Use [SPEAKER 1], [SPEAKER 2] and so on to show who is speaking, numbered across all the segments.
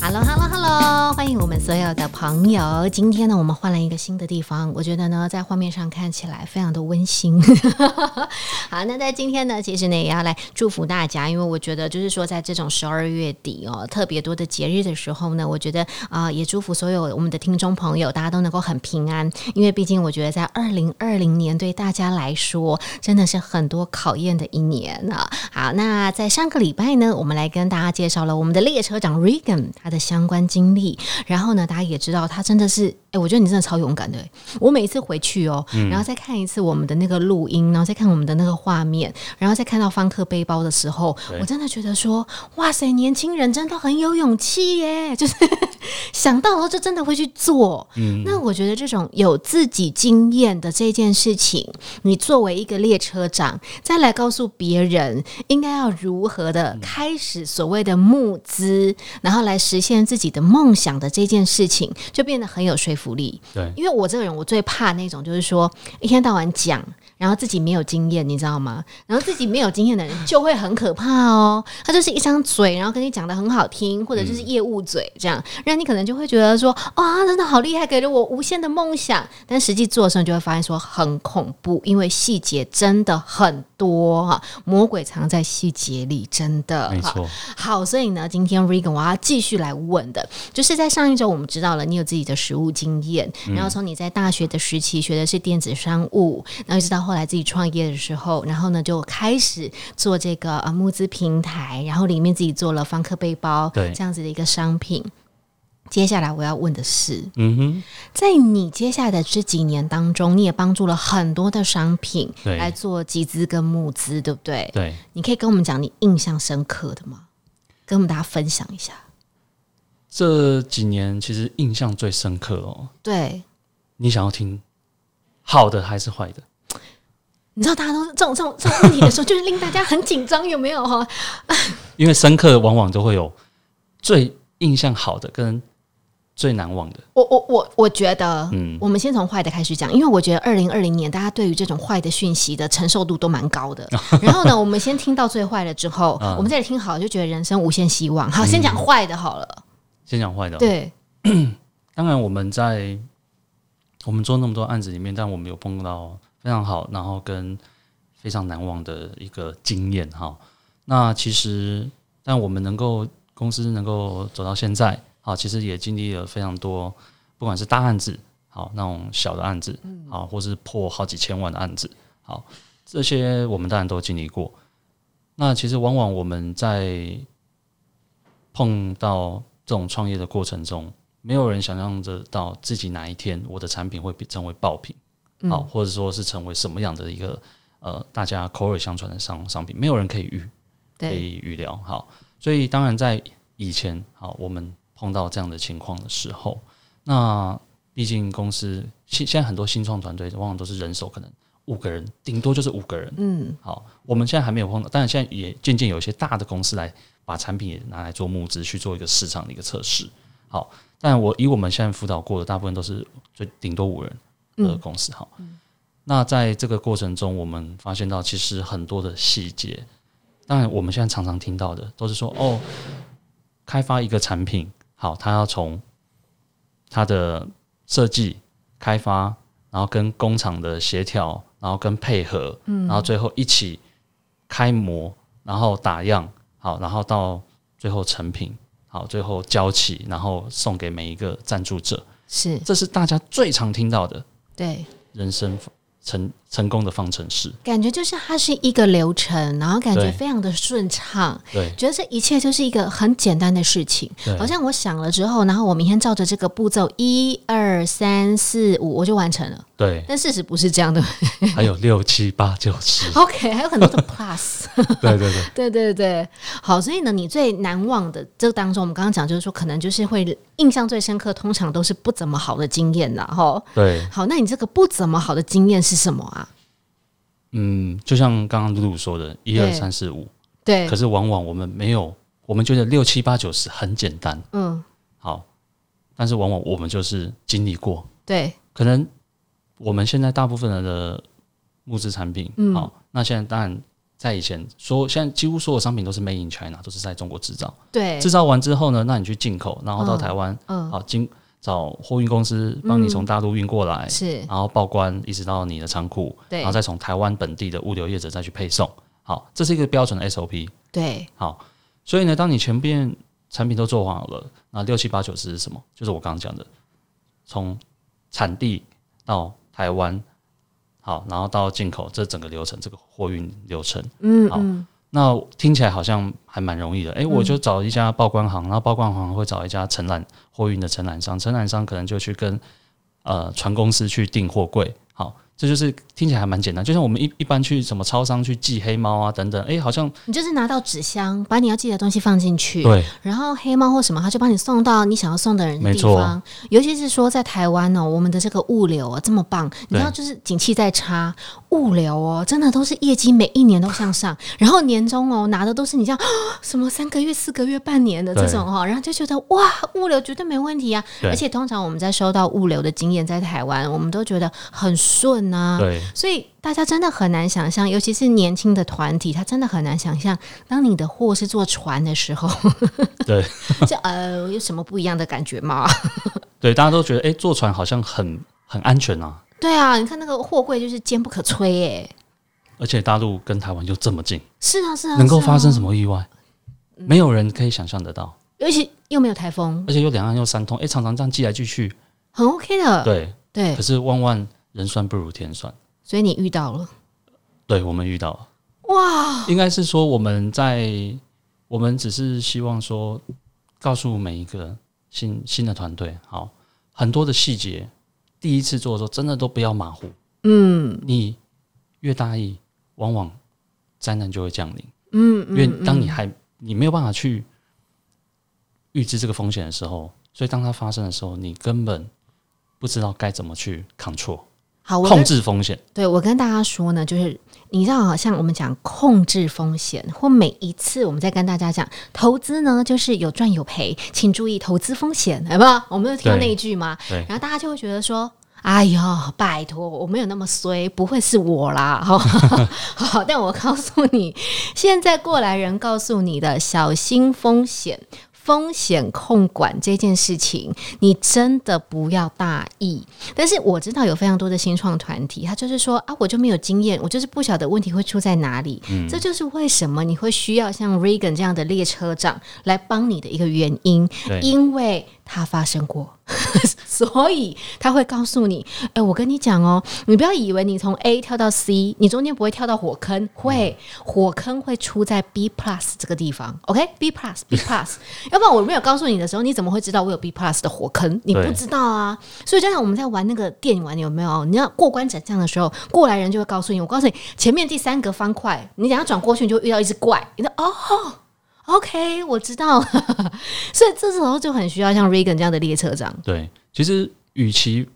[SPEAKER 1] Hello Hello Hello，欢迎我们所有的朋友。今天呢，我们换了一个新的地方，我觉得呢，在画面上看起来非常的温馨。 好，那在今天呢，其实呢也要来祝福大家，因为我觉得就是说，在这种十二月底哦，特别多的节日的时候呢，我觉得啊、呃也祝福所有我们的听众朋友，大家都能够很平安。因为毕竟我觉得在二零二零年对大家来说真的是很多考验的一年啊。好，那在上个礼拜呢，我们来跟大家介绍了我们的列车长 Regan 他的相关经历，然后呢，大家也知道他真的是，哎、我觉得你真的超勇敢的、欸我每一次回去哦，然后再看一次我们的那个录音，然后再看我们的那个画面，然后再看到方克背包的时候，我真的觉得说，哇塞，年轻人真的很有勇气耶， 就是想到了就真的会去做。那我觉得这种有自己经验的这件事情，你作为一个列车长，再来告诉别人应该要如何的开始所谓的募资，然后来实现自己的梦想的这件事情，就变得很有说服力。
[SPEAKER 2] 对，
[SPEAKER 1] 因为我这个人，我最怕那种就是说一天到晚讲，然后自己没有经验，你知道吗？然后自己没有经验的人就会很可怕哦。他就是一张嘴，然后跟你讲的很好听，或者就是业务嘴这样，让你可能就会觉得说，哇、真的好厉害，给了我无限的梦想。但实际做的时候，你就会发现说很恐怖，因为细节真的很多哈，魔鬼藏在细节里，真的
[SPEAKER 2] 没
[SPEAKER 1] 哈
[SPEAKER 2] 错，
[SPEAKER 1] 好，所以呢，今天 Regan 我要继续来问的，就是在上一周我们知道了你有自己的实务经验，
[SPEAKER 2] 嗯
[SPEAKER 1] 然后从你在大学的时期学的是电子商务，然后一直到后来自己创业的时候，然后呢就开始做这个呃募资平台，然后里面自己做了方克背包，
[SPEAKER 2] 对
[SPEAKER 1] 这样子的一个商品。接下来我要问的是，
[SPEAKER 2] 嗯哼，
[SPEAKER 1] 在你接下来的这几年当中，你也帮助了很多的商品
[SPEAKER 2] 对
[SPEAKER 1] 来做集资跟募资，对不对？
[SPEAKER 2] 对，
[SPEAKER 1] 你可以跟我们讲你印象深刻的吗？跟我们大家分享一下。
[SPEAKER 2] 这几年其实印象最深刻哦。
[SPEAKER 1] 对，
[SPEAKER 2] 你想要听好的还是坏的？
[SPEAKER 1] 你知道大家都是这种这种这种问题的时候，就是令大家很紧张，有没啊有哈？
[SPEAKER 2] 因为深刻往往都会有最印象好的跟最难忘的。
[SPEAKER 1] 我我我我觉得，
[SPEAKER 2] 嗯
[SPEAKER 1] 我们先从坏的开始讲，因为我觉得二零二零年大家对于这种坏的讯息的承受度都蛮高 的。然后呢，我们先听到最坏的之后，
[SPEAKER 2] 啊
[SPEAKER 1] 我们再来听好，就觉得人生无限希望。好，先讲坏的好了。
[SPEAKER 2] 先讲坏的、哦，
[SPEAKER 1] 对，
[SPEAKER 2] 当然我们在我们做那么多案子里面，但我们有碰到非常好，然后跟非常难忘的一个经验哈。那其实，但我们能够公司能够走到现在，好，其实也经历了非常多，不管是大案子，好那种小的案子，好，或是破好几千万的案子，好，这些我们当然都经历过。那其实往往我们在碰到这种创业的过程中，没有人想象得到自己哪一天我的产品会变成为爆品，好、或者说是成为什么样的一个呃大家口耳相传的商商品，没有人可以预可
[SPEAKER 1] 对，
[SPEAKER 2] 以预料。好，所以当然在以前，好，我们碰到这样的情况的时候，那毕竟公司现现在很多新创团队往往都是人手可能五个人，顶多就是五个人。
[SPEAKER 1] 嗯，
[SPEAKER 2] 好，我们现在还没有碰到，当然现在也渐渐有一些大的公司来把产品也拿来做募资，去做一个市场的一个测试。好，但我以我们现在辅导过的，大部分都是最顶多五人
[SPEAKER 1] 嗯
[SPEAKER 2] 的公司。好，那在这个过程中，我们发现到其实很多的细节，当然我们现在常常听到的都是说，哦，开发一个产品，好，它要从它的设计、开发，然后跟工厂的协调，然后跟配合，
[SPEAKER 1] 嗯
[SPEAKER 2] 然后最后一起开模，然后打样，好，然后到最后成品，好，最后交期，然后送给每一个赞助者，
[SPEAKER 1] 是
[SPEAKER 2] 这是大家最常听到的
[SPEAKER 1] 对，
[SPEAKER 2] 人生成成功的方程式。
[SPEAKER 1] 感觉就是它是一个流程，然后感觉
[SPEAKER 2] 对
[SPEAKER 1] 非常的顺畅，
[SPEAKER 2] 对
[SPEAKER 1] 觉得这一切就是一个很简单的事情，
[SPEAKER 2] 对
[SPEAKER 1] 好像我想了之后，然后我明天照着这个步骤一二三四五，我就完成了。
[SPEAKER 2] 对，
[SPEAKER 1] 但事实不是这样的。
[SPEAKER 2] 还有六七八九 十，
[SPEAKER 1] OK，还有很多的 plus。
[SPEAKER 2] 对对对
[SPEAKER 1] 对对对，好，所以呢，你最难忘的这当中，我们刚刚讲就是说，可能就是会印象最深刻，通常都是不怎么好的经验呐。哈，
[SPEAKER 2] 对，
[SPEAKER 1] 好，那你这个不怎么好的经验是什么啊？
[SPEAKER 2] 嗯，就像刚刚露露说的，一二
[SPEAKER 1] 对
[SPEAKER 2] 三四五，
[SPEAKER 1] 对
[SPEAKER 2] 可，是往往我们没有，我们觉得六七八九十很简单，
[SPEAKER 1] 嗯，
[SPEAKER 2] 好，但是往往我们就是经历过，
[SPEAKER 1] 对，
[SPEAKER 2] 可能
[SPEAKER 1] 嗯
[SPEAKER 2] 我们现在大部分人的募资产品，好，那现在当然在以前说，现在几乎所有商品都是 made in China，都是在中国制造。
[SPEAKER 1] 对，
[SPEAKER 2] 制造完之后呢，那你去进口，然后到
[SPEAKER 1] 嗯
[SPEAKER 2] 台湾，
[SPEAKER 1] 嗯
[SPEAKER 2] 好经找货运公司帮你从大陆运过来，
[SPEAKER 1] 是，
[SPEAKER 2] 然后报关一直到你的仓库，
[SPEAKER 1] 对
[SPEAKER 2] 然后再从台湾本地的物流业者再去配送。好，这是一个标准的 SOP。
[SPEAKER 1] 对，
[SPEAKER 2] 好，所以呢，当你前面产品都做好了，那六七八九十是什么？就是我刚刚讲的，从产地到台湾，好，然后到进口这整个流程，这个货运流程。
[SPEAKER 1] 嗯
[SPEAKER 2] 好
[SPEAKER 1] 嗯，
[SPEAKER 2] 那听起来好像还蛮容易的，诶，我就找一家报关行，然后报关行会找一家承揽货运的承揽商，承揽商可能就去跟呃船公司去订货柜，好，这就是听起来还蛮简单，就像我们一一般去什么超商去寄黑猫啊等等，诶，好像
[SPEAKER 1] 你就是拿到纸箱，把你要寄的东西放进去，
[SPEAKER 2] 对
[SPEAKER 1] 然后黑猫或什么，它就帮你送到你想要送的人的
[SPEAKER 2] 没
[SPEAKER 1] 地
[SPEAKER 2] 错
[SPEAKER 1] 方。尤其是说在台湾哦，我们的这个物流哦这么棒，你知道就是景气在差，物流哦真的都是业绩每一年都向上，然后年终哦拿的都是你像 什么三个月、四个月、半年的这
[SPEAKER 2] 对
[SPEAKER 1] 种哦，然后就觉得哇，物流绝对没问题啊。
[SPEAKER 2] 对
[SPEAKER 1] 而且通常我们在收到物流的经验，在台湾我们都觉得很顺啊，
[SPEAKER 2] 对
[SPEAKER 1] 所以大家真的很难想象，尤其是年轻的团体，他真的很难想象，当你的货是坐船的时候，
[SPEAKER 2] 对
[SPEAKER 1] 这呃有什么不一样的感觉吗？
[SPEAKER 2] 对，大家都觉得诶，坐船好像很很安全啊，
[SPEAKER 1] 对啊，你看那个货柜就是坚不可摧耶、
[SPEAKER 2] 而且大陆跟台湾又这么近，
[SPEAKER 1] 是啊是啊，嗯
[SPEAKER 2] 能够发生
[SPEAKER 1] 么？
[SPEAKER 2] 什么意外？没有人可以想象得到，
[SPEAKER 1] 尤其又没有台风，
[SPEAKER 2] 而且又两岸又三通，诶，哎常常这样寄来寄去，
[SPEAKER 1] 很 OK 的，
[SPEAKER 2] 对，
[SPEAKER 1] 对
[SPEAKER 2] 可是万万人算不如天算。
[SPEAKER 1] 所以你遇到了
[SPEAKER 2] 对我们遇到了哇，应该是说我们在我们只是希望说告诉每一个新新的团队，好很多的细节，第一次做的时候真的都不要马虎，嗯，你越大意，往往灾难就会降临，嗯，因为当你还你没有办法去预知这个风险的时候，所以当它发生的时候，你根本不知道该怎么去 control
[SPEAKER 1] 好，我跟
[SPEAKER 2] 控制风险，
[SPEAKER 1] 对我跟大家说呢，就是你知道，好像我们讲控制风险，或每一次我们在跟大家讲投资呢，就是有赚有赔，请注意投资风险，好不好？我们有听到
[SPEAKER 2] 对
[SPEAKER 1] 那一句吗？
[SPEAKER 2] 对
[SPEAKER 1] 然后大家就会觉得说。哎呦，拜托，我没有那么衰，不会是我啦！ 好，好，但我告诉你，现在过来人告诉你的，小心风险，风险控管这件事情，你真的不要大意。但是我知道有非常多的新创团体，他就是说啊，我就没有经验，我就是不晓得问题会出在哪里。
[SPEAKER 2] 嗯
[SPEAKER 1] 这就是为什么你会需要像 Regan 这样的列车长来帮你的一个原因，
[SPEAKER 2] 对。
[SPEAKER 1] 因为他发生过， 所以他会告诉你，哎、我跟你讲哦，你不要以为你从 A 跳到 C，你中间不会跳到火坑，会火坑会出在 B plus 这个地方，OK？B plus B plus，要 不然我没有告诉你的时候，你怎么会知道我有 B plus 的火坑？你不
[SPEAKER 2] 对
[SPEAKER 1] 知道啊。所以就像我们在玩那个电玩，有没有？你要过关斩将的时候，过来人就会告诉你，我告诉你前面第三个方块，你等一下转过去你就会遇到一只怪，你说哦。OK，我知道了， 所以这时候就很需要像 Regan 这样的列车长，
[SPEAKER 2] 对，其实与其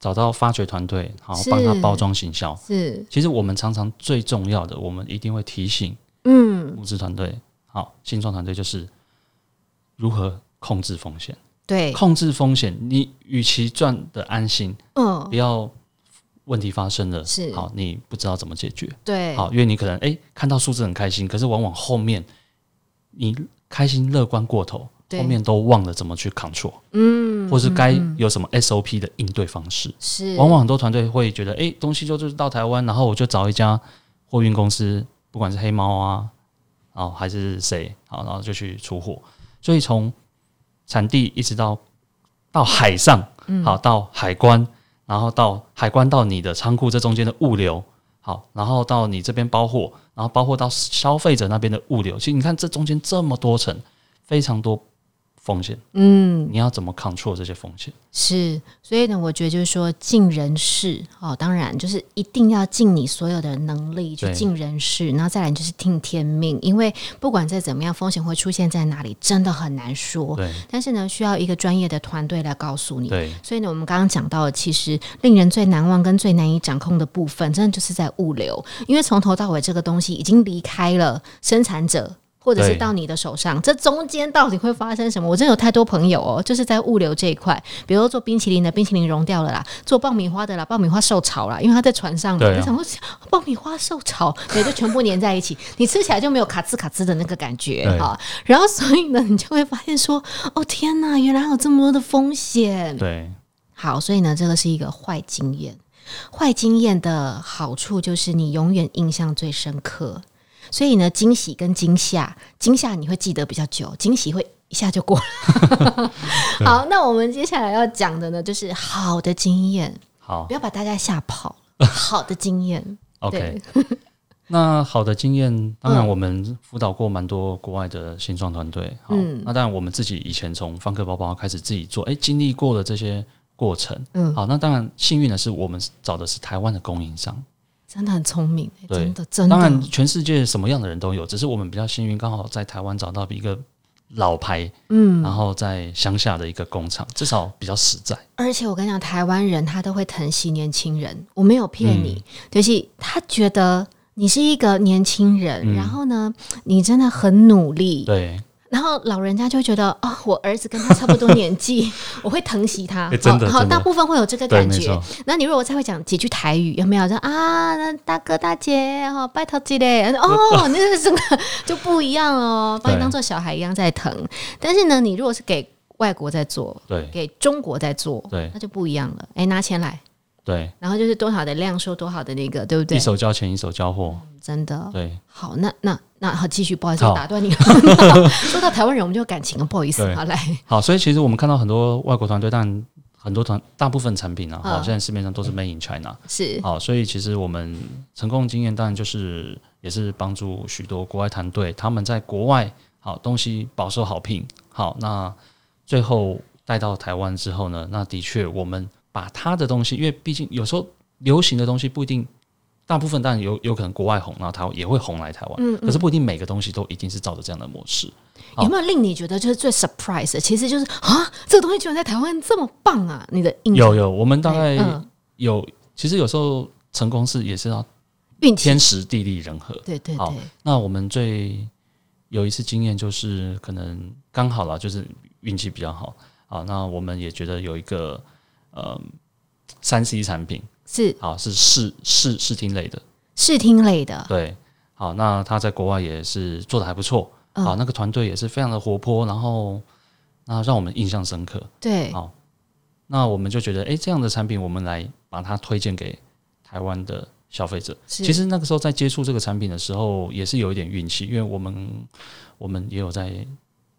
[SPEAKER 2] 找到发掘团队，然后帮他
[SPEAKER 1] 是
[SPEAKER 2] 包装行销，
[SPEAKER 1] 是
[SPEAKER 2] 其实我们常常最重要的，我们一定会提醒，嗯，募资团队，好，新创团队就是如何控制风险，
[SPEAKER 1] 对，
[SPEAKER 2] 控制风险，你与其赚的安心，
[SPEAKER 1] 嗯，
[SPEAKER 2] 不要问题发生了，
[SPEAKER 1] 是
[SPEAKER 2] 好，你不知道怎么解决，
[SPEAKER 1] 对，
[SPEAKER 2] 好，因为你可能诶看到数字很开心，可是往往后面你开心乐观过头，
[SPEAKER 1] 对
[SPEAKER 2] 后面都忘了怎么去 control，嗯，或是该有什么 SOP 的应对方式。
[SPEAKER 1] 是
[SPEAKER 2] 往往很多团队会觉得，诶，东西就就是到台湾，然后我就找一家货运公司，不管是黑猫啊，然后还是谁，好，然后就去出货。所以从产地一直到到海上，好到海关，然后到海关到你的仓库这中间的物流，好，然后到你这边包货，然后包货到消费者那边的物流。其实你看这中间这么多层，非常多风险，嗯，你要怎么 control 这些风险？
[SPEAKER 1] 是，所以呢，我觉得就是说尽人事哦，当然就是一定要尽你所有的能力去
[SPEAKER 2] 对
[SPEAKER 1] 尽人事，然后再来就是听天命，因为不管再怎么样，风险会出现在哪里，真的很难说。
[SPEAKER 2] 对
[SPEAKER 1] 但是呢，需要一个专业的团队来告诉你。
[SPEAKER 2] 对
[SPEAKER 1] 所以呢，我们刚刚讲到的，其实令人最难忘跟最难以掌控的部分，真的就是在物流，因为从头到尾这个东西已经离开了生产者。或者是
[SPEAKER 2] 对
[SPEAKER 1] 到你的手上，这中间到底会发生什么？我真的有太多朋友哦，就是在物流这一块，比如说做冰淇淋的，冰淇淋融掉了啦；做爆米花的啦，爆米花受潮啦，因为它在船上嘛。
[SPEAKER 2] 对啊
[SPEAKER 1] 我想说，爆米花受潮，对，就全部粘在一起，你吃起来就没有卡吱卡吱的那个感觉
[SPEAKER 2] 对
[SPEAKER 1] 哈。然后所以呢，你就会发现说，哦天哪，原来有这么多的风险。
[SPEAKER 2] 对
[SPEAKER 1] 好，所以呢，这个是一个坏经验。坏经验的好处就是你永远印象最深刻，所以呢，惊喜跟惊吓，惊吓你会记得比较久，惊喜会一下就过了。 好，那我们接下来要讲的呢，就是好的经验，
[SPEAKER 2] 好
[SPEAKER 1] 不要把大家吓跑 了。好的经验，
[SPEAKER 2] ，OK
[SPEAKER 1] 对。
[SPEAKER 2] 那好的经验，当
[SPEAKER 1] 嗯
[SPEAKER 2] 然我们辅导过蛮多国外的新创团队。好，
[SPEAKER 1] 嗯
[SPEAKER 2] 那当然我们自己以前从方克包包开始自己做，哎、经历过了这些过程。
[SPEAKER 1] 嗯
[SPEAKER 2] 好，那当然幸运的是，我们找的是台湾的供应商。
[SPEAKER 1] 真的很聪明、欸
[SPEAKER 2] 对
[SPEAKER 1] 真的真
[SPEAKER 2] 当然，
[SPEAKER 1] 的，
[SPEAKER 2] 全世界什么样的人都有，只是我们比较幸运，刚好在台湾找到一个老牌，
[SPEAKER 1] 嗯，
[SPEAKER 2] 然后在乡下的一个工厂，至少比较实在。
[SPEAKER 1] 而且我跟你讲，台湾人他都会疼惜年轻人，我没有骗你，
[SPEAKER 2] 嗯
[SPEAKER 1] 就是他觉得你是一个年轻人，
[SPEAKER 2] 嗯
[SPEAKER 1] 然后呢，你真的很努力，
[SPEAKER 2] 对，
[SPEAKER 1] 然后老人家就会觉得哦，我儿子跟他差不多年 纪，我会疼惜他，
[SPEAKER 2] 哎真的
[SPEAKER 1] 好，好
[SPEAKER 2] 真的
[SPEAKER 1] 大部分会有这个
[SPEAKER 2] 对，
[SPEAKER 1] 感
[SPEAKER 2] 没
[SPEAKER 1] 觉
[SPEAKER 2] 错。，
[SPEAKER 1] 那你如果再会讲几句台语，有没有？就啊，那大哥大姐，哦，拜托 之类，哦，那个整个就不一样哦，把你
[SPEAKER 2] 对
[SPEAKER 1] 当做小孩一样在疼。但是呢，你如果是给外国在做，
[SPEAKER 2] 对
[SPEAKER 1] 给中国在做，
[SPEAKER 2] 对
[SPEAKER 1] 那就不一样了。哎，拿钱来，
[SPEAKER 2] 对，
[SPEAKER 1] 然后就是多少的量收多少的那个，对不对
[SPEAKER 2] 一？手交钱一手交货，
[SPEAKER 1] 真的
[SPEAKER 2] 对
[SPEAKER 1] 好，那那那好，继续，不好意思，
[SPEAKER 2] 好
[SPEAKER 1] 我打断你。 说到台湾人，我们就有感情了，不好意思，
[SPEAKER 2] 对
[SPEAKER 1] 好来，
[SPEAKER 2] 好，所以其实我们看到很多外国团队，但很多团大部分产品啊，好，
[SPEAKER 1] 嗯
[SPEAKER 2] 现在市面上都是 Made in China，
[SPEAKER 1] 是
[SPEAKER 2] 好，所以其实我们成功经验当然就是也是帮助许多国外团队，他们在国外好东西饱受好评，好，那最后带到台湾之后呢，那的确我们把他的东西，因为毕竟有时候流行的东西不一定。大部分当然有有可能国外红，然后台湾也会红来台湾，
[SPEAKER 1] 嗯
[SPEAKER 2] 可是不一定每个东西都一定是照着这样的模式。好
[SPEAKER 1] 有没有令你觉得就是最 surprise 的？其实就是啊，这个东西居然在台湾这么棒啊！你的印象
[SPEAKER 2] 有有，我们大概
[SPEAKER 1] 嗯
[SPEAKER 2] 有，其实有时候成功是也是要
[SPEAKER 1] 运气，
[SPEAKER 2] 天时地利人和。
[SPEAKER 1] 对对
[SPEAKER 2] 好
[SPEAKER 1] 对，
[SPEAKER 2] 那我们最有一次经验就是，可能刚好啦，就是运气比较好啊。那我们也觉得有一个呃三 C 产品，
[SPEAKER 1] 是
[SPEAKER 2] 好是视视视听类的，
[SPEAKER 1] 视听类的，
[SPEAKER 2] 对，好，那他在国外也是做的还不错，啊
[SPEAKER 1] 嗯
[SPEAKER 2] 好，那个团队也是非常的活泼，然后那让我们印象深刻。
[SPEAKER 1] 对
[SPEAKER 2] 好那我们就觉得，哎、这样的产品我们来把它推荐给台湾的消费者。
[SPEAKER 1] 是
[SPEAKER 2] 其实那个时候在接触这个产品的时候，也是有一点运气，因为我们我们也有在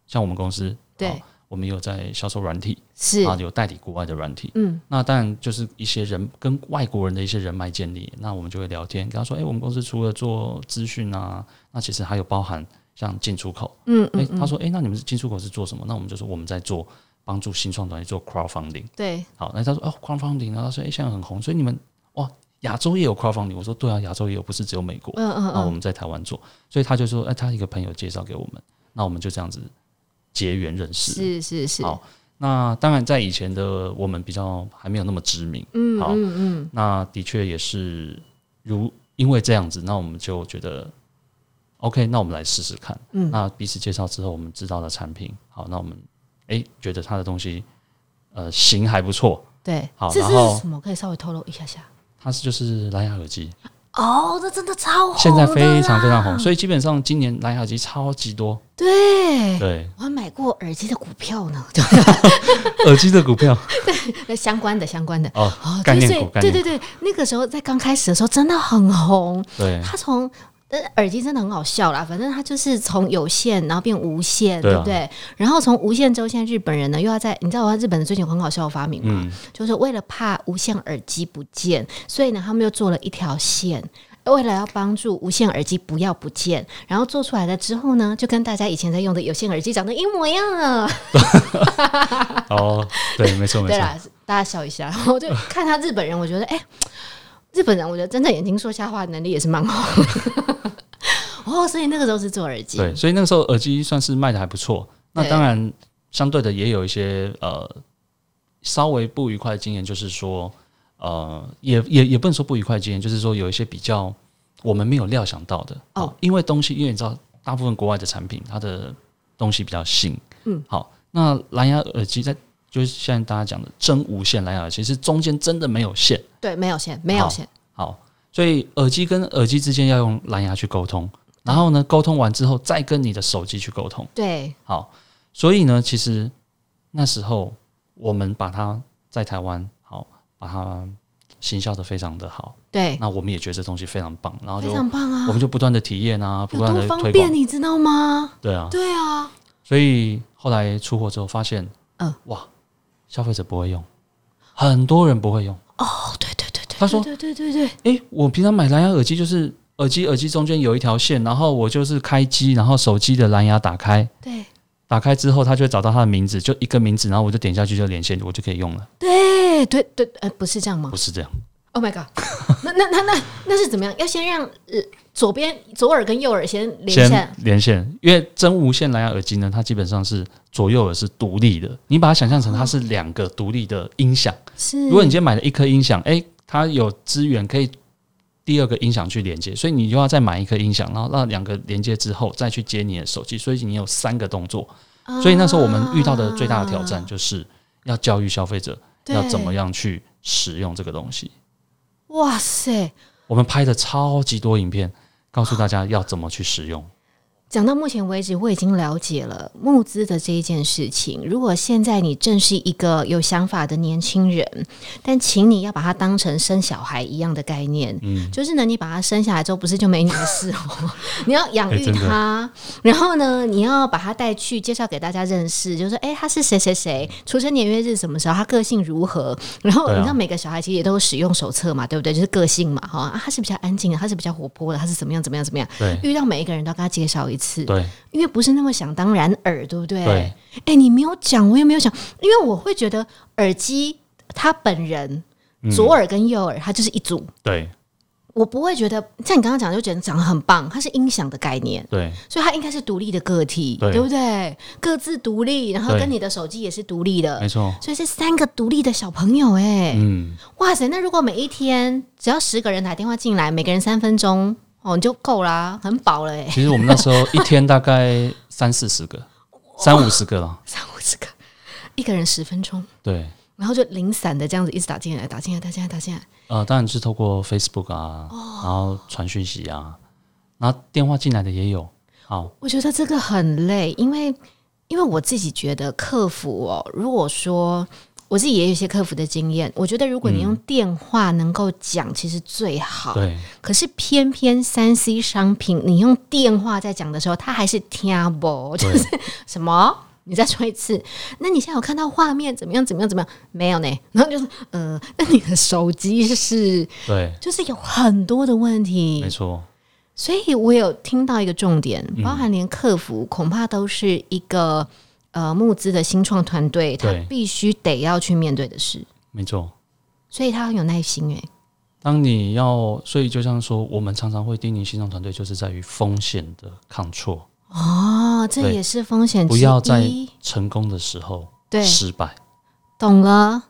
[SPEAKER 2] 像我们公司，
[SPEAKER 1] 对
[SPEAKER 2] 好我们也有在销售软体
[SPEAKER 1] 是
[SPEAKER 2] 啊，有代理国外的软体。
[SPEAKER 1] 嗯，
[SPEAKER 2] 那当然就是一些人跟外国人的一些人脉建立，那我们就会聊天，跟他说，哎、我们公司除了做资讯啊，那其实还有包含像进出口。
[SPEAKER 1] 嗯
[SPEAKER 2] 哎、
[SPEAKER 1] 嗯嗯，
[SPEAKER 2] 他说，哎、那你们进出口是做什么？那我们就说我们在做帮助新创团队做 crowdfunding。
[SPEAKER 1] 对
[SPEAKER 2] 好，那他说哦，crowdfunding，然后他说哎、现在很红，所以你们哇，亚洲也有 crowdfunding。我说对啊，亚洲也有，不是只有美国。
[SPEAKER 1] 嗯嗯
[SPEAKER 2] 那我
[SPEAKER 1] 嗯，
[SPEAKER 2] 们在台湾做，所以他就说哎、他一个朋友介绍给我们，那我们就这样子结缘认识。
[SPEAKER 1] 是是是，
[SPEAKER 2] 好那当然，在以前的我们比较还没有那么知名，
[SPEAKER 1] 嗯
[SPEAKER 2] 好
[SPEAKER 1] 嗯嗯，
[SPEAKER 2] 那的确也是如因为这样子，那我们就觉得 OK，那我们来试试看。
[SPEAKER 1] 嗯
[SPEAKER 2] 那彼此介绍之后，我们知道的产品，好，那我们哎、觉得他的东西呃行还不错，
[SPEAKER 1] 对，
[SPEAKER 2] 好
[SPEAKER 1] 这
[SPEAKER 2] 然
[SPEAKER 1] 这是
[SPEAKER 2] 后
[SPEAKER 1] 什么？可以稍微透露一下下？
[SPEAKER 2] 它是就是蓝牙耳机，
[SPEAKER 1] 哦，这真的超红的啦，
[SPEAKER 2] 现在非常非常红，所以基本上今年蓝牙耳机超级多。
[SPEAKER 1] 对。
[SPEAKER 2] 对，
[SPEAKER 1] 我还买过耳机的股票呢，
[SPEAKER 2] 耳机的股票
[SPEAKER 1] 那相关的相关的
[SPEAKER 2] 哦
[SPEAKER 1] 哦，，
[SPEAKER 2] 概
[SPEAKER 1] 所
[SPEAKER 2] 念
[SPEAKER 1] 以
[SPEAKER 2] 股，概
[SPEAKER 1] 对
[SPEAKER 2] 念
[SPEAKER 1] 对
[SPEAKER 2] 股，
[SPEAKER 1] 对，那个时候在刚开始的时候真的很红，
[SPEAKER 2] 对
[SPEAKER 1] 它从。呃，耳机真的很好笑啦，反正它就是从有线，然后变无线，
[SPEAKER 2] 对啊
[SPEAKER 1] 不对？然后从无线之后，现在日本人呢又要在，你知道，日本人最近有很好笑的发明嘛，
[SPEAKER 2] 嗯，
[SPEAKER 1] 就是为了怕无线耳机不见，所以呢，他们又做了一条线，为了要帮助无线耳机不要不见，然后做出来了之后呢，就跟大家以前在用的有线耳机长得一模一样了。
[SPEAKER 2] 哦，对，没错没
[SPEAKER 1] 对
[SPEAKER 2] 错，
[SPEAKER 1] 啦，大家笑一下，我就看他日本人，我觉得哎、日本人我觉得睁着眼睛说瞎话的能力也是蛮好的。哦，所以那个时候是做耳机，
[SPEAKER 2] 对，所以那个时候耳机算是卖的还不错。那
[SPEAKER 1] 对
[SPEAKER 2] 当然，相对的也有一些呃稍微不愉快的经验，就是说呃也也也不能说不愉快的经验，就是说有一些比较我们没有料想到的
[SPEAKER 1] 哦
[SPEAKER 2] 啊因为东西因为你知道大部分国外的产品，它的东西比较新。
[SPEAKER 1] 嗯，
[SPEAKER 2] 好，那蓝牙耳机在就是现在大家讲的真无线蓝牙耳机，是中间真的没有线。
[SPEAKER 1] 对，没有线，没有
[SPEAKER 2] 好
[SPEAKER 1] 线，
[SPEAKER 2] 好，所以耳机跟耳机之间要用蓝牙去沟通，然后呢，沟通完之后再跟你的手机去沟通。
[SPEAKER 1] 对，
[SPEAKER 2] 好，所以呢，其实那时候我们把它在台湾好把它行销的非常的好，
[SPEAKER 1] 对，
[SPEAKER 2] 那我们也觉得这东西非常棒，然后就
[SPEAKER 1] 非常棒啊
[SPEAKER 2] 我！们就不断的体验啊，不
[SPEAKER 1] 有
[SPEAKER 2] 断
[SPEAKER 1] 多
[SPEAKER 2] 的
[SPEAKER 1] 方
[SPEAKER 2] 推
[SPEAKER 1] 便，
[SPEAKER 2] 广，
[SPEAKER 1] 你知道吗？
[SPEAKER 2] 对啊，
[SPEAKER 1] 对啊，
[SPEAKER 2] 所以后来出货之后发现，
[SPEAKER 1] 嗯
[SPEAKER 2] 哇，消费者不会用，很多人不会用。
[SPEAKER 1] 哦，对对对对，
[SPEAKER 2] 他说
[SPEAKER 1] 对对对对，对
[SPEAKER 2] 诶，我平常买蓝牙耳机就是耳机，耳机中间有一条线，然后我就是开机，然后手机的蓝牙打开，
[SPEAKER 1] 对
[SPEAKER 2] 打开之后它就会找到它的名字，就一个名字，然后我就点下去就连线，我就可以用了。
[SPEAKER 1] 对对对，呃，不是这样吗
[SPEAKER 2] 不是这样，
[SPEAKER 1] ？Oh my god！那 那那那那是怎么样？要先让呃左边左耳跟右耳先连
[SPEAKER 2] 先
[SPEAKER 1] 线，
[SPEAKER 2] 连线，因为真无线蓝牙耳机呢，它基本上是左右耳是独立的，你把它想象成它是两个独立的音响。
[SPEAKER 1] 是
[SPEAKER 2] 如果你今天买了一颗音响，诶，它有资源可以第二个音响去连接，所以你就要再买一颗音响，然后让两个连接之后再去接你的手机，所以你有三个动作。
[SPEAKER 1] 啊
[SPEAKER 2] 所以那时候我们遇到的最大的挑战就是要教育消费者要怎么
[SPEAKER 1] 样？
[SPEAKER 2] 样去使用这个东西。
[SPEAKER 1] 哇塞！
[SPEAKER 2] 我们拍的超级多影片，告诉大家要怎么去使用。
[SPEAKER 1] 讲到目前为止，我已经了解了募资的这一件事情。如果现在你正是一个有想法的年轻人，但请你要把它当成生小孩一样的概念，嗯，就是呢，你把它生下来之后，不是就没你的事哦， 你要养
[SPEAKER 2] 哎
[SPEAKER 1] 育
[SPEAKER 2] 真的
[SPEAKER 1] 它，然后呢，你要把它带去介绍给大家认识，就是说，哎，他是谁谁谁，出生年月日什么时候，他个性如何，然后
[SPEAKER 2] 对啊
[SPEAKER 1] 你知道每个小孩其实也都有使用手册嘛，对不对？就是个性嘛，哈、啊，他是比较安静的，他是比较活泼的，他是怎么样怎么样怎么样，
[SPEAKER 2] 对
[SPEAKER 1] 遇到每一个人都要跟他介绍一次，
[SPEAKER 2] 对
[SPEAKER 1] 因为不是那么想当然耳，对不对？
[SPEAKER 2] 对
[SPEAKER 1] 哎、你没有讲，我也没有想，因为我会觉得耳机他本人
[SPEAKER 2] 嗯
[SPEAKER 1] 左耳跟右耳，它就是一组，
[SPEAKER 2] 对
[SPEAKER 1] 我不会觉得像你刚刚讲，就觉得讲得很棒，它是音响的概念。
[SPEAKER 2] 对
[SPEAKER 1] 所以它应该是独立的个体，
[SPEAKER 2] 对
[SPEAKER 1] 对不对？各自独立，然后
[SPEAKER 2] 对
[SPEAKER 1] 跟你的手机也是独立
[SPEAKER 2] 没
[SPEAKER 1] 的，
[SPEAKER 2] 错。
[SPEAKER 1] 所以是三个独立的小朋友、哎、
[SPEAKER 2] 嗯，
[SPEAKER 1] 哇塞！那如果每一天只要十个人打电话进来，每个人三分钟，哦，你就够啦，很饱了、哎，
[SPEAKER 2] 其实我们那时候一天大概三四十个，三五十个了。
[SPEAKER 1] 三五十个，一个人十分钟，
[SPEAKER 2] 对。
[SPEAKER 1] 然后就零散的这样子一直打进来，打进来，打进来，打进来。
[SPEAKER 2] 呃，当然是透过 Facebook 啊，然后传讯息啊，然后电话进来的也有。好，
[SPEAKER 1] 我觉得这个很累，因为因为我自己觉得客服哦，如果说我自己也有一些客服的经验，我觉得如果你用电话能够讲，其实最好。
[SPEAKER 2] 对
[SPEAKER 1] 可是偏偏三 C 商品，你用电话在讲的时候，他还是听不，就是什么？你再说一次，那你现在有看到画面怎么样？怎么样？怎么样？没有呢。然后就是，呃，那你的手机是
[SPEAKER 2] 对，
[SPEAKER 1] 就是有很多的问题
[SPEAKER 2] 没，错，嗯
[SPEAKER 1] 所以我有听到一个重点，包含连客服恐怕都是一个呃募资的新创团队，他
[SPEAKER 2] 对
[SPEAKER 1] 必须得要去面对的事，
[SPEAKER 2] 没错。
[SPEAKER 1] 所以他很有耐心诶、欸
[SPEAKER 2] 当你要，所以就像说，我们常常会叮咛新创团队，就是在于风险的抗挫，
[SPEAKER 1] 哦，这
[SPEAKER 2] 对
[SPEAKER 1] 也是风险之
[SPEAKER 2] 不
[SPEAKER 1] 一。
[SPEAKER 2] 要在成功的时候
[SPEAKER 1] 对
[SPEAKER 2] 失败。
[SPEAKER 1] 懂了。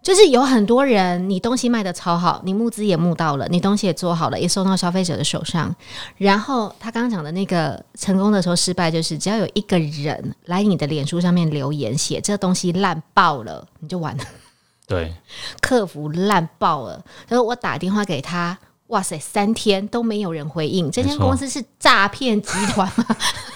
[SPEAKER 1] 就是有很多人，你东西卖的超好，你募资也募到了，你东西也做好了，也送到消费者的手上。然后他刚刚讲的那个成功的时候失败，就是只要有一个人来你的脸书上面留言写这东西烂爆了，你就 完了，
[SPEAKER 2] 对
[SPEAKER 1] 客服烂爆了。然后我打电话给他，哇塞，三天都没有人回应，这间
[SPEAKER 2] 没错
[SPEAKER 1] 公司是诈骗集团吗？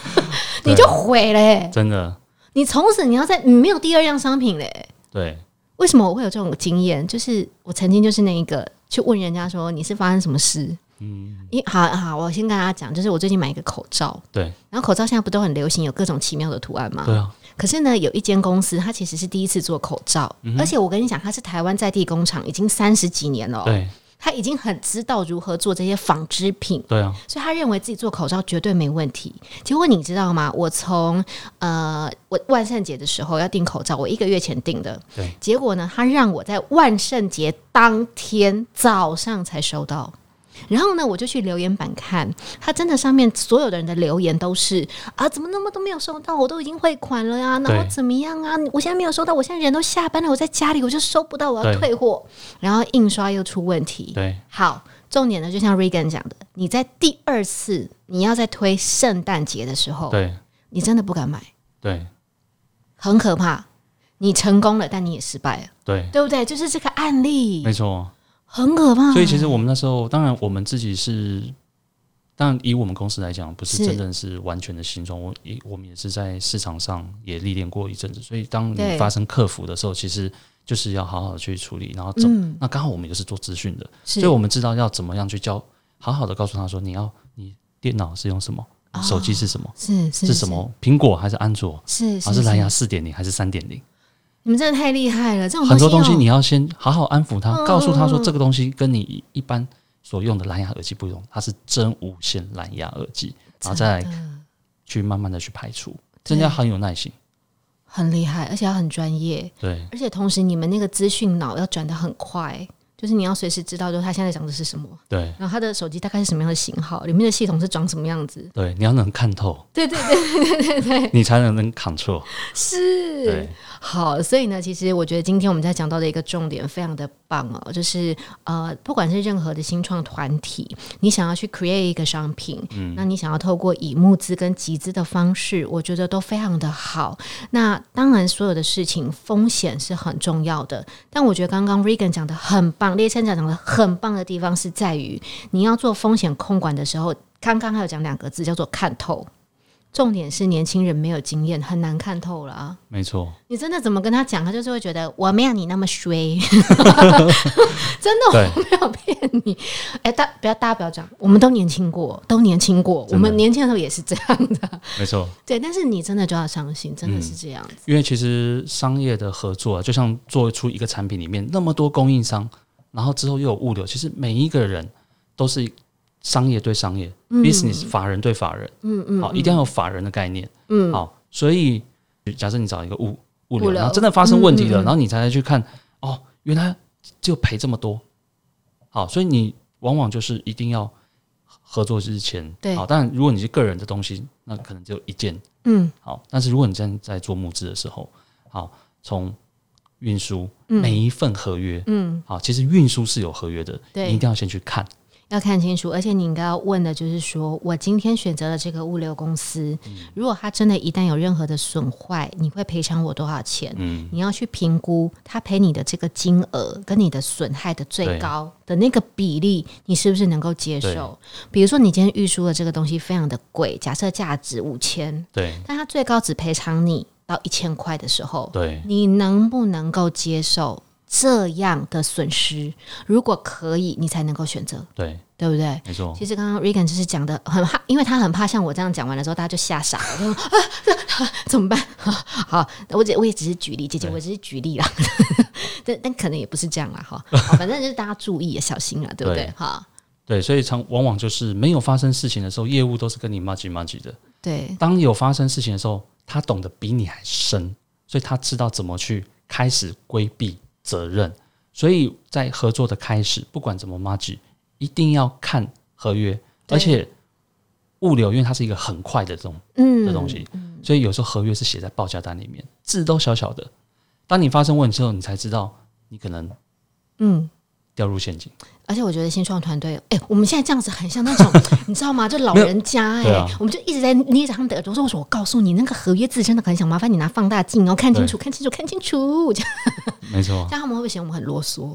[SPEAKER 1] 你就毁了欸、
[SPEAKER 2] 真的
[SPEAKER 1] 你从此你要在你没有第二样商品嘞、
[SPEAKER 2] 对
[SPEAKER 1] 为什么我会有这种经验？就是我曾经就是那一个去问人家说你是发生什么事？嗯，因好好，我先跟大家讲，就是我最近买一个口罩，
[SPEAKER 2] 对
[SPEAKER 1] 然后口罩现在不都很流行有各种奇妙的图案吗？
[SPEAKER 2] 对啊，
[SPEAKER 1] 可是呢，有一间公司它其实是第一次做口罩，
[SPEAKER 2] 嗯
[SPEAKER 1] 而且我跟你讲，它是台湾在地工厂，已经三十几年了哦，
[SPEAKER 2] 对
[SPEAKER 1] 它已经很知道如何做这些纺织品。
[SPEAKER 2] 对啊，
[SPEAKER 1] 所以他认为自己做口罩绝对没问题。结果你知道吗？我从呃，我万圣节的时候要订口罩，我一个月前订的。
[SPEAKER 2] 对，
[SPEAKER 1] 结果呢，他让我在万圣节当天早上才收到。然后呢，我就去留言板看，他真的上面所有的人的留言都是啊，怎么那么都没有收到？我都已经汇款了呀、然后
[SPEAKER 2] 对
[SPEAKER 1] 怎么样啊？我现在没有收到，我现在人都下班了，我在家里，我就收不到，我要
[SPEAKER 2] 对
[SPEAKER 1] 退货。然后印刷又出问题，
[SPEAKER 2] 对
[SPEAKER 1] 好，重点呢，就像 Regan 讲的，你在第二次你要在推圣诞节的时候，
[SPEAKER 2] 对
[SPEAKER 1] 你真的不敢买，
[SPEAKER 2] 对
[SPEAKER 1] 很可怕。你成功了，但你也失败了，
[SPEAKER 2] 对，
[SPEAKER 1] 对不对？就是这个案例
[SPEAKER 2] 没错。
[SPEAKER 1] 很可怕。
[SPEAKER 2] 所以其实我们那时候，当然我们自己是，当然以我们公司来讲，不
[SPEAKER 1] 是
[SPEAKER 2] 是真正是完全的新创，我也我们也是在市场上也历练过一阵子，所以当
[SPEAKER 1] 对
[SPEAKER 2] 你发生克服的时候，其实就是要好好的去处理，然后怎么、
[SPEAKER 1] 嗯，
[SPEAKER 2] 那刚好我们也是做资讯的，
[SPEAKER 1] 是
[SPEAKER 2] 所以我们知道要怎么样去教，好好的告诉他说你要你电脑是用什么，
[SPEAKER 1] 哦
[SPEAKER 2] 手机是什么，
[SPEAKER 1] 是是
[SPEAKER 2] 是什？么苹果还是安卓，
[SPEAKER 1] 是
[SPEAKER 2] 还是蓝牙四点零还是三点零。
[SPEAKER 1] 你们真的太厉害了，这种
[SPEAKER 2] 很多
[SPEAKER 1] 东
[SPEAKER 2] 东西
[SPEAKER 1] 哦
[SPEAKER 2] 你要先好好安抚他，
[SPEAKER 1] 嗯
[SPEAKER 2] 告诉他说
[SPEAKER 1] 嗯嗯
[SPEAKER 2] 这个东西跟你一般所用的蓝牙耳机不同，它是真无线蓝牙耳机，然后再
[SPEAKER 1] 真
[SPEAKER 2] 来
[SPEAKER 1] 的
[SPEAKER 2] 去慢慢的去排除，
[SPEAKER 1] 对
[SPEAKER 2] 真的要很有耐心。
[SPEAKER 1] 很厉害，而且要很专业，
[SPEAKER 2] 对
[SPEAKER 1] 而且同时你们那个资讯脑要转的很快，就是你要随时知道，就是他现在讲的是什么，
[SPEAKER 2] 对
[SPEAKER 1] 然后他的手机大概是什么样的型号，里面的系统是长什么样子。
[SPEAKER 2] 对，你要能看透，
[SPEAKER 1] 对对对，
[SPEAKER 2] 你才能能扛错。
[SPEAKER 1] 是
[SPEAKER 2] 对
[SPEAKER 1] 好，所以呢，其实我觉得今天我们在讲到的一个重点非常的棒哦，就是呃，不管是任何的新创团体，你想要去 create 一个商品，那你想要透过以募资跟集资的方式，我觉得都非常的好。那当然，所有的事情风险是很重要的，但我觉得刚刚 Regan 讲的很棒，列先长讲的很棒的地方是在于，你要做风险控管的时候，刚刚还有讲两个字叫做看透。重点是年轻人没有经验，很难看透了啊！
[SPEAKER 2] 没错，
[SPEAKER 1] 你真的怎么跟他讲，他就是会觉得我没有你那么 衰，真的
[SPEAKER 2] 对
[SPEAKER 1] 没有骗你。哎、大不要大家不要讲，我们都年轻过，都年轻过，我
[SPEAKER 2] 真的
[SPEAKER 1] 们年轻的时候也是这样的。
[SPEAKER 2] 没错，
[SPEAKER 1] 对，但是你真的就要相信，真的
[SPEAKER 2] 嗯
[SPEAKER 1] 是这样子。
[SPEAKER 2] 因为其实商业的合作、啊，就像做出一个产品里面那么多供应商，然后之后又有物流，其实每一个人都是商业对商业、b u s i n e s s 法人对法人，
[SPEAKER 1] 嗯嗯，
[SPEAKER 2] 好，一定要有法人的概念。
[SPEAKER 1] 嗯，
[SPEAKER 2] 好，所以假设你找一个物物
[SPEAKER 1] 物
[SPEAKER 2] 流，
[SPEAKER 1] 流
[SPEAKER 2] 然后真的发生问题
[SPEAKER 1] 嗯
[SPEAKER 2] 了，
[SPEAKER 1] 嗯嗯
[SPEAKER 2] 然后你才去看，哦，原来就赔这么多。好，所以你往往就是一定要合作之前，
[SPEAKER 1] 对
[SPEAKER 2] 好，当然如果你是个人的东西，那可能只有一件
[SPEAKER 1] 嗯
[SPEAKER 2] 好，但是如果你真的在做募资的时候，好，从运输
[SPEAKER 1] 嗯
[SPEAKER 2] 每一份合约，
[SPEAKER 1] 嗯，
[SPEAKER 2] 好，其实运输是有合约的，
[SPEAKER 1] 对
[SPEAKER 2] 你一定要先去看，
[SPEAKER 1] 要看清楚，而且你应该要问的就是说，我今天选择了这个物流公司，如果它真的一旦有任何的损坏，你会赔偿我多少钱？
[SPEAKER 2] 嗯，
[SPEAKER 1] 你要去评估他赔你的这个金额跟你的损害的最
[SPEAKER 2] 对
[SPEAKER 1] 高的那个比例，你是不是能够接受？比如说，你今天预输的这个东西非常的贵，假设价值五千，
[SPEAKER 2] 对
[SPEAKER 1] 但他最高只赔偿你到一千块的时候，
[SPEAKER 2] 对
[SPEAKER 1] 你能不能够接受这样的损失？如果可以，你才能够选择，
[SPEAKER 2] 对，
[SPEAKER 1] 对不对？
[SPEAKER 2] 没错，
[SPEAKER 1] 其实刚刚 Regan 就是讲的很怕，因为他很怕像我这样讲完了之后，大家就吓傻了，就说、啊 啊啊怎么办？好，我只我也只是举例，姐姐，
[SPEAKER 2] 对
[SPEAKER 1] 我只是举例啦。 但但可能也不是这样啦，哈。好反正就是大家注意啊，小心啊，对不对
[SPEAKER 2] 对？
[SPEAKER 1] 哈，
[SPEAKER 2] 对，所以常往往就是没有发生事情的时候，业务都是跟你麻吉麻吉的。
[SPEAKER 1] 对，
[SPEAKER 2] 当有发生事情的时候，他懂得比你还深，所以他知道怎么去开始规避责任。所以在合作的开始，不管怎么麻吉，一定要看合约，
[SPEAKER 1] 对
[SPEAKER 2] 而且物流因为它是一个很快的这种
[SPEAKER 1] 嗯，
[SPEAKER 2] 的东西，所以有时候合约是写在报价单里面，字都小小的。当你发生问题之后，你才知道你可能
[SPEAKER 1] 嗯。
[SPEAKER 2] 掉入陷阱。
[SPEAKER 1] 而且我觉得新创团队，哎、我们现在这样子很像那 种，你知道吗？就老人家、哎、
[SPEAKER 2] 对啊
[SPEAKER 1] 我们就一直在捏着他们的耳朵说：“我说我告诉你，那个合约字真的很小，麻烦你拿放大镜，然后看清楚，看清楚，看清楚。”这样，
[SPEAKER 2] 没错
[SPEAKER 1] 这，样他们会不会嫌我们很啰嗦？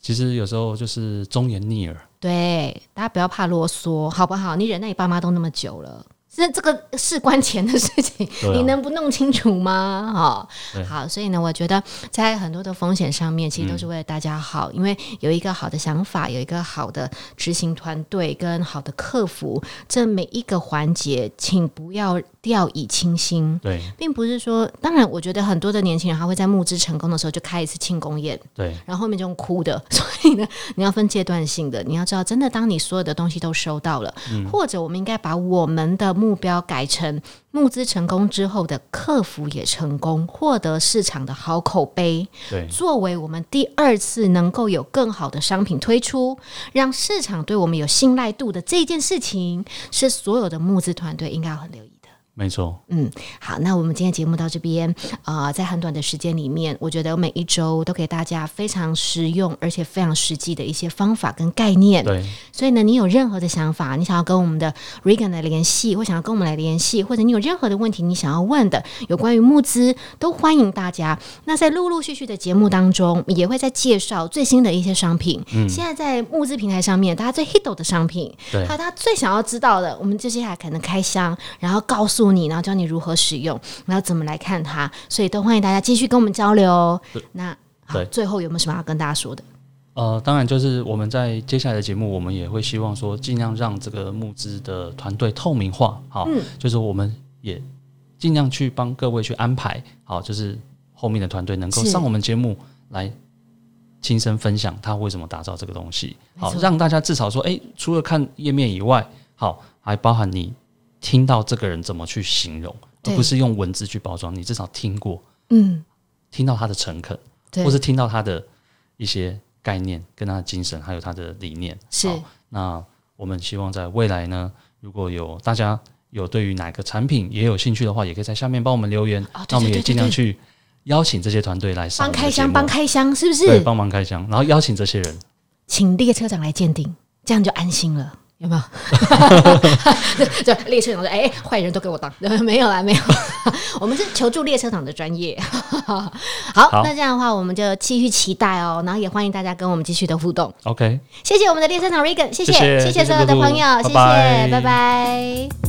[SPEAKER 2] 其实有时候就是忠言逆耳。
[SPEAKER 1] 对，大家不要怕啰嗦，好不好？你忍耐你爸妈都那么久了。是这个事关钱的事情，
[SPEAKER 2] 对啊
[SPEAKER 1] 你能不弄清楚吗？哈、
[SPEAKER 2] 对
[SPEAKER 1] 好，所以呢，我觉得在很多的风险上面，其实都是为了大家好，因为有一个好的想法，有一个好的执行团队跟好的客服，这每一个环节，请不要掉以轻心，
[SPEAKER 2] 对
[SPEAKER 1] 并不是说，当然，我觉得很多的年轻人他会在募资成功的时候就开一次庆功宴，
[SPEAKER 2] 对
[SPEAKER 1] 然后后面就用哭的，所以呢，你要分阶段性的，你要知道，真的当你所有的东西都收到了，或者我们应该把我们的目标改成募资成功之后的客服也成功，获得市场的好口碑，
[SPEAKER 2] 对
[SPEAKER 1] 作为我们第二次能够有更好的商品推出，让市场对我们有信赖度的这件事情，是所有的募资团队应该要很留意的。
[SPEAKER 2] 没错，
[SPEAKER 1] 嗯，好，那我们今天节目到这边啊、呃在很短的时间里面，我觉得每一周都给大家非常实用而且非常实际的一些方法跟概念。
[SPEAKER 2] 对，
[SPEAKER 1] 所以呢，你有任何的想法，你想要跟我们的 Regan 来联系，或想要跟我们来联系，或者你有任何的问题你想要问的，有关于募资，都欢迎大家。那在陆陆续续的节目当中，也会在介绍最新的一些商品。现在在募资平台上面，大家最 hit 的商品，
[SPEAKER 2] 对
[SPEAKER 1] 还有大家最想要知道的，我们接下来可能开箱，然后告诉你，然后教你如何使用，然后怎么来看它。所以都欢迎大家继续跟我们交流哦。那好，
[SPEAKER 2] 对
[SPEAKER 1] 最后有没有什么要跟大家说的？
[SPEAKER 2] 呃，当然就是我们在接下来的节目，我们也会希望说，尽量让这个募资的团队透明化，好，
[SPEAKER 1] 嗯
[SPEAKER 2] 就是我们也尽量去帮各位去安排，好，就是后面的团队能够
[SPEAKER 1] 是
[SPEAKER 2] 上我们节目来亲身分享他为什么打造这个东西，好
[SPEAKER 1] 没，错
[SPEAKER 2] 让大家至少说，诶，除了看页面以外，好，还包含你听到这个人怎么去形容，而
[SPEAKER 1] 对
[SPEAKER 2] 呃不是用文字去包装，你至少听过，
[SPEAKER 1] 嗯，
[SPEAKER 2] 听到他的诚恳。
[SPEAKER 1] 对
[SPEAKER 2] 或，是听到他的一些概念、跟他的精神，还有他的理念。
[SPEAKER 1] 是
[SPEAKER 2] 好那我们希望在未来呢，如果有大家有对于哪个产品也有兴趣的话，也可以在下面帮我们留言。
[SPEAKER 1] 哦对
[SPEAKER 2] 那我们
[SPEAKER 1] 对
[SPEAKER 2] 也
[SPEAKER 1] 对
[SPEAKER 2] 尽量
[SPEAKER 1] 对
[SPEAKER 2] 去邀请这些团队来上
[SPEAKER 1] 帮
[SPEAKER 2] 我们的
[SPEAKER 1] 开
[SPEAKER 2] 节
[SPEAKER 1] 箱，
[SPEAKER 2] 目
[SPEAKER 1] 帮开箱，是不是？
[SPEAKER 2] 对，帮忙开箱，然后邀请这些人。
[SPEAKER 1] 请列车长来鉴定，这样就安心了。有 没有？就就列车长说：“哎、坏人都给我当。” 没有啦，没有。我们是求助列车长的专业。 好，
[SPEAKER 2] 好
[SPEAKER 1] 那这样的话，我们就继续期待哦。然后也欢迎大家跟我们继续的互动。
[SPEAKER 2] OK，
[SPEAKER 1] 谢谢我们的列车长 Regan，谢谢，
[SPEAKER 2] 谢谢
[SPEAKER 1] 谢所有的
[SPEAKER 2] 谢谢
[SPEAKER 1] 朋友，
[SPEAKER 2] 露露
[SPEAKER 1] 谢谢，
[SPEAKER 2] 拜拜
[SPEAKER 1] 拜拜